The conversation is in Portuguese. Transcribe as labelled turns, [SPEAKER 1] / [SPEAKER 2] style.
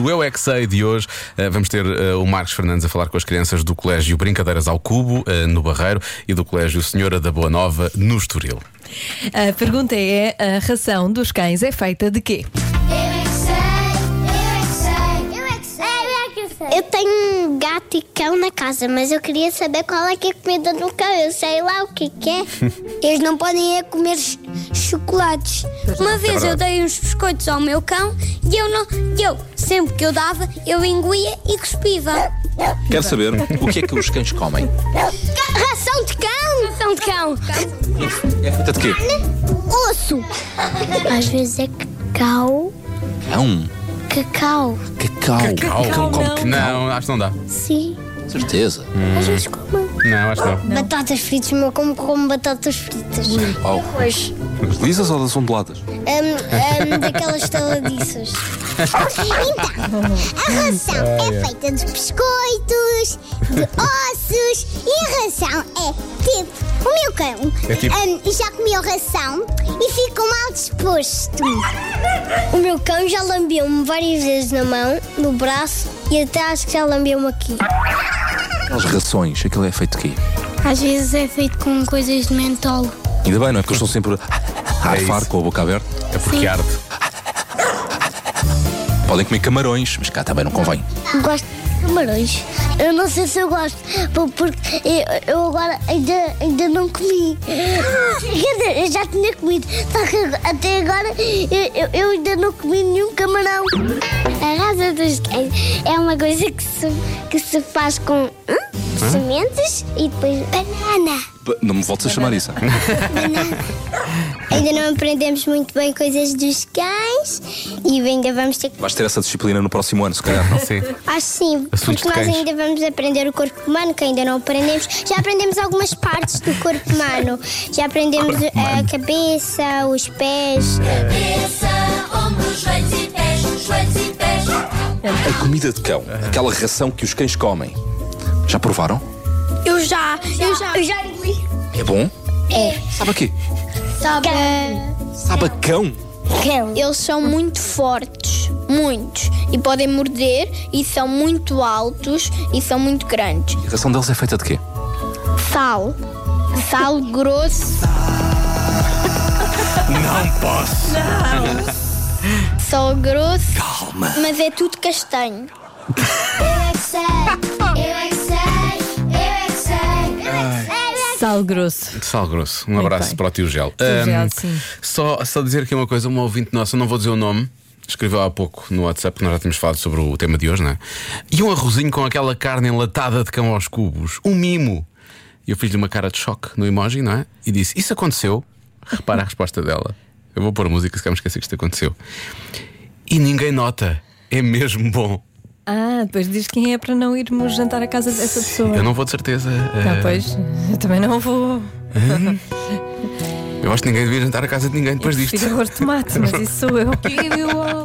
[SPEAKER 1] do Eu é que Sei de hoje, eh, vamos ter eh, o Marcos Fernandes a falar com as crianças do Colégio Brincadeiras ao Cubo, eh, no Barreiro, e do Colégio Senhora da Boa Nova, no Estoril.
[SPEAKER 2] A pergunta é: a ração dos cães é feita de quê?
[SPEAKER 3] Eu é que sei, eu é que sei, eu é que sei, eu é que sei. Eu tenho um gato e cão na casa, mas eu queria saber qual é que é a comida do cão. Eu sei lá o que, que é. Eles não podem é comer ch- chocolates.
[SPEAKER 1] É
[SPEAKER 3] Uma vez
[SPEAKER 1] verdade.
[SPEAKER 3] eu dei uns biscoitos ao meu cão e eu não. e Eu, sempre que eu dava, eu engolia e cuspia.
[SPEAKER 4] Quero saber o que é que os cães comem.
[SPEAKER 3] Ração de cão! Ração de cão!
[SPEAKER 4] É feita de quê?
[SPEAKER 3] Osso! Às vezes é cacau.
[SPEAKER 4] Cão.
[SPEAKER 3] Cacau,
[SPEAKER 4] Cacau.
[SPEAKER 1] Cacau.
[SPEAKER 4] Cão come cacau.
[SPEAKER 1] Não, acho que não dá.
[SPEAKER 3] sim.
[SPEAKER 4] Certeza.
[SPEAKER 3] Às vezes comem.
[SPEAKER 1] Não, acho que não.
[SPEAKER 3] Batatas fritas, meu como como batatas fritas.
[SPEAKER 4] Uau.
[SPEAKER 3] Pois.
[SPEAKER 4] Mas lisas ou das onduladas?
[SPEAKER 3] Hum, hum, daquelas taladiças. então, a ração
[SPEAKER 1] Ah,
[SPEAKER 3] é feita de biscoitos, de ossos e a ração é tipo. O meu cão
[SPEAKER 1] É tipo-
[SPEAKER 3] hum, já comeu ração e ficou mal disposto. O meu cão já lambeu-me várias vezes na mão, no braço e até acho que já lambeu-me aqui.
[SPEAKER 4] Aquelas rações, aquilo é feito de quê?
[SPEAKER 3] Às vezes é feito com coisas de mentol.
[SPEAKER 4] Ainda bem, não é? Porque eles estão sempre a
[SPEAKER 1] É
[SPEAKER 4] arfar
[SPEAKER 1] isso.
[SPEAKER 4] com a boca aberta.
[SPEAKER 1] É porque arde.
[SPEAKER 4] Podem comer camarões, mas cá também não convém.
[SPEAKER 3] Gosto de camarões. Eu não sei se eu gosto, po- porque eu, eu agora ainda, ainda não comi. Quer dizer, eu já tinha comido, só que ag- até agora eu, eu- eu ainda não comi nenhum camarão. A rasa dos cães é uma coisa que se, que se faz com hum? sementes e depois banana.
[SPEAKER 4] Ba- Não me voltes a chamar isso.
[SPEAKER 3] Ainda não aprendemos muito bem coisas dos cães e ainda vamos ter que
[SPEAKER 4] Vais ter essa disciplina no próximo ano, se calhar. não?
[SPEAKER 1] Sim.
[SPEAKER 3] Acho que sim,
[SPEAKER 1] Assuntos
[SPEAKER 3] porque nós
[SPEAKER 1] de cães.
[SPEAKER 3] ainda vamos aprender o corpo humano, que ainda não aprendemos. Já aprendemos algumas partes do corpo humano. Já aprendemos eh, a cabeça, os pés.
[SPEAKER 1] É.
[SPEAKER 5] Cabeça, ombros, joelhos e pés, joelhos e pés.
[SPEAKER 4] A comida de cão, aquela ração que os cães comem. Já provaram?
[SPEAKER 3] Eu já, eu já, eu já engoli.
[SPEAKER 4] É bom?
[SPEAKER 3] É.
[SPEAKER 4] Sabe a quê? Sabe a cão?
[SPEAKER 3] Eles são muito fortes, muitos, e podem morder, e são muito altos, e são muito grandes.
[SPEAKER 4] A ração deles é feita de quê?
[SPEAKER 3] Sal, sal grosso.
[SPEAKER 4] Não posso.
[SPEAKER 3] Sal grosso.
[SPEAKER 4] Calma.
[SPEAKER 3] Mas é tudo castanho. Eu é que sei, eu é que sei, eu é que sei, eu é que sei.
[SPEAKER 2] Sal grosso.
[SPEAKER 1] Sal grosso. Um abraço
[SPEAKER 2] bem.
[SPEAKER 1] para o tio Gel.
[SPEAKER 2] Tio Gel,
[SPEAKER 1] Ahm,
[SPEAKER 2] sim.
[SPEAKER 1] só, só dizer aqui uma coisa: uma ouvinte nossa, não vou dizer o nome, escreveu há pouco no WhatsApp, que nós já tínhamos falado sobre o tema de hoje, não é? E um arrozinho com aquela carne enlatada de cão aos cubos. Um mimo. E eu fiz-lhe uma cara de choque no emoji, não é? E disse: Isso aconteceu? Repara a resposta dela. Eu vou pôr a música, se calhar me esqueci que isto aconteceu. E ninguém nota. É mesmo bom.
[SPEAKER 2] Ah, depois diz quem é para não irmos jantar à casa dessa pessoa.
[SPEAKER 1] Eu não vou de certeza.
[SPEAKER 2] Ah,
[SPEAKER 1] ah,
[SPEAKER 2] pois, eu também não vou.
[SPEAKER 1] eu acho que ninguém devia jantar à casa de ninguém depois disto.
[SPEAKER 2] Fica gosto de tomate, mas isso sou eu.